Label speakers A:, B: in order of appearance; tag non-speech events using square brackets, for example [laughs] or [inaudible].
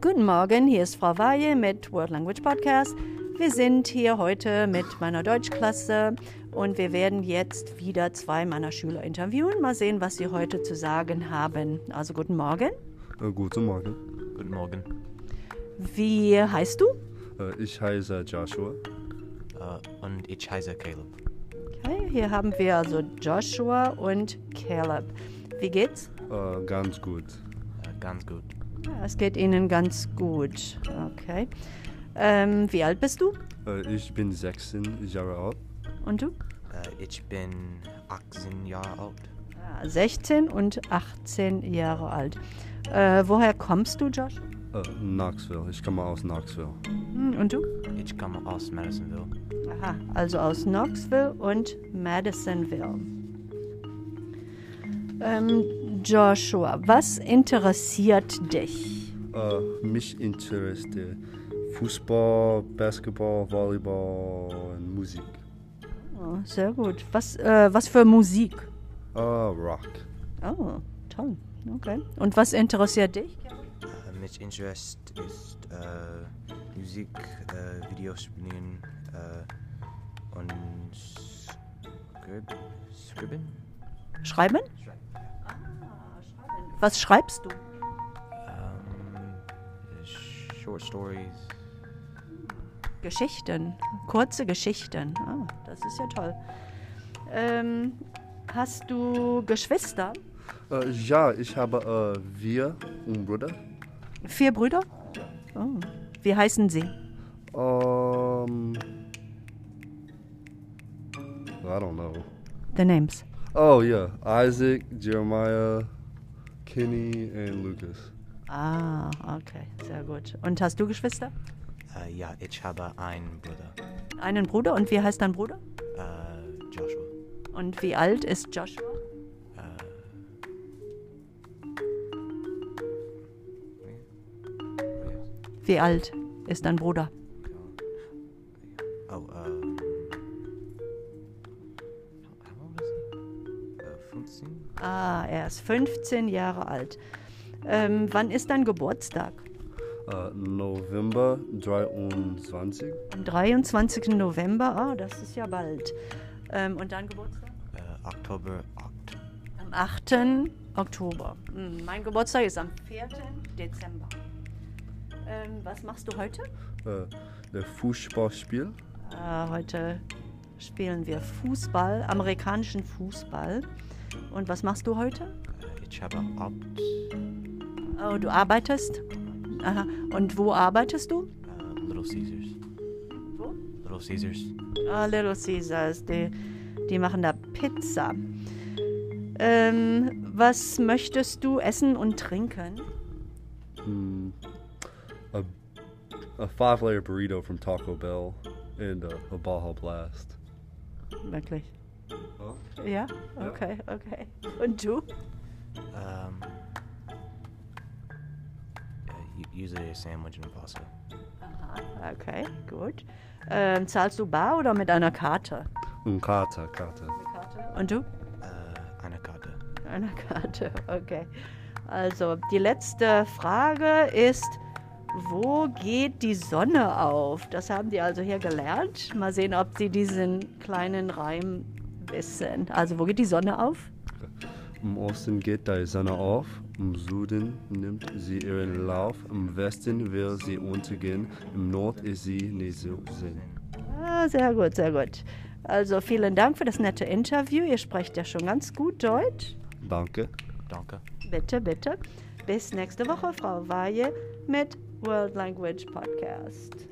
A: Guten Morgen, hier ist Frau Waje mit World Language Podcast. Wir sind hier heute mit meiner Deutschklasse und wir werden jetzt wieder zwei meiner Schüler interviewen. Mal sehen, was sie heute zu sagen haben. Also guten Morgen.
B: Äh, guten Morgen.
C: Guten Morgen.
A: Wie heißt du?
B: Äh, ich heiße Joshua.
C: Äh, und ich heiße Caleb.
A: Okay, hier haben wir also Joshua und Caleb. Wie geht's?
B: Äh, ganz gut.
C: Äh, ganz gut.
A: Ja, Es geht Ihnen ganz gut. Okay. Ähm, wie alt bist du?
B: Äh, ich bin 16 Jahre alt.
A: Und du?
C: Äh, ich bin 18 Jahre alt.
A: Ah, 16 und 18 Jahre alt. Äh, woher kommst du, Josh?
B: Äh, Knoxville. Ich komme aus Knoxville.
A: Hm, Und du?
C: Ich komme aus Madisonville.
A: Aha, also aus Knoxville und Madisonville. Ähm, Joshua, was interessiert dich?
B: Äh, mich interessiert Fußball, Basketball, Volleyball und Musik.
A: Oh, sehr gut. Was, äh, was für Musik?
B: Äh, Rock.
A: Oh, toll. Okay. Und was interessiert dich?
C: Äh, mich interessiert ist äh, Musik, äh, Videospielen äh, und Skrib Skribben?
A: Schreiben? Was schreibst du?
C: Ähm, äh, Short Stories.
A: Geschichten, kurze Geschichten. Ah, das ist ja toll. Ähm, hast du Geschwister?
B: Äh, ja, ich habe äh, wir und Bruder.
A: Vier Brüder? Oh. Wie heißen sie?
B: Ähm, I don't know.
A: The names.
B: Oh yeah, Isaac, Jeremiah, Kenny, and Lucas.
A: Ah, okay, sehr gut. Und hast du Geschwister?
C: Äh, ja, ich habe einen Bruder.
A: Einen Bruder und wie heißt dein Bruder?
C: Äh, Joshua.
A: Und wie alt ist Joshua?
C: Uh,
A: Wie alt ist dein Bruder?
C: Oh, ähm. How old is he? Äh, 15?
A: Ah, er ist 15 Jahre alt. Ähm, wann ist dein Geburtstag?
B: Äh, November 23.
A: Am 23. November. Ah, das ist ja bald. Ähm, und dein Geburtstag?
C: Äh, Oktober 8.
A: Am 8. Oktober. Hm, mein Geburtstag ist am 4. Dezember. Ähm, was machst du heute?
B: Äh, der Fußballspiel.
A: Äh, heute spielen wir Fußball, amerikanischen Fußball. Und was machst du heute?
C: Äh, ich habe Abt.
A: Oh, du arbeitest? Aha. Und wo arbeitest du?
C: Äh, Little Caesars.
A: Wo?
C: Little Caesars.
A: Ah, Little Caesars. Die, die machen da Pizza. Ähm, was möchtest du essen und trinken?
B: Mm, a, a five layer burrito from Taco Bell and uh, a Baja Blast.
A: Wirklich.
B: Oh.
A: Ja? Okay, okay. Und du?
C: Ähm. Äh, u- usually a sandwich and a pasta.
A: Aha, okay, gut. Ähm, zahlst du bar oder mit einer Karte?
B: Und Karte, Karte.
A: Und du?
C: Äh, eine Karte.
A: Einer Karte, [laughs] okay. Also, die letzte Frage ist, wo geht die Sonne auf? Das haben die also hier gelernt. Mal sehen, ob sie diesen kleinen Reim wissen. Also, wo geht die Sonne auf?
B: Im Osten Um geht die Sonne auf, im Süden nimmt sie ihren Lauf, im Westen will sie untergehen, im Nord ist sie nicht zu sehen.
A: Ah, sehr gut, sehr gut. Also, vielen Dank für das nette Interview. Ihr sprecht ja schon ganz gut Deutsch.
B: Danke.
C: Danke.
A: Bitte, bitte. Bis nächste Woche, Frau Waje mit World Language Podcast.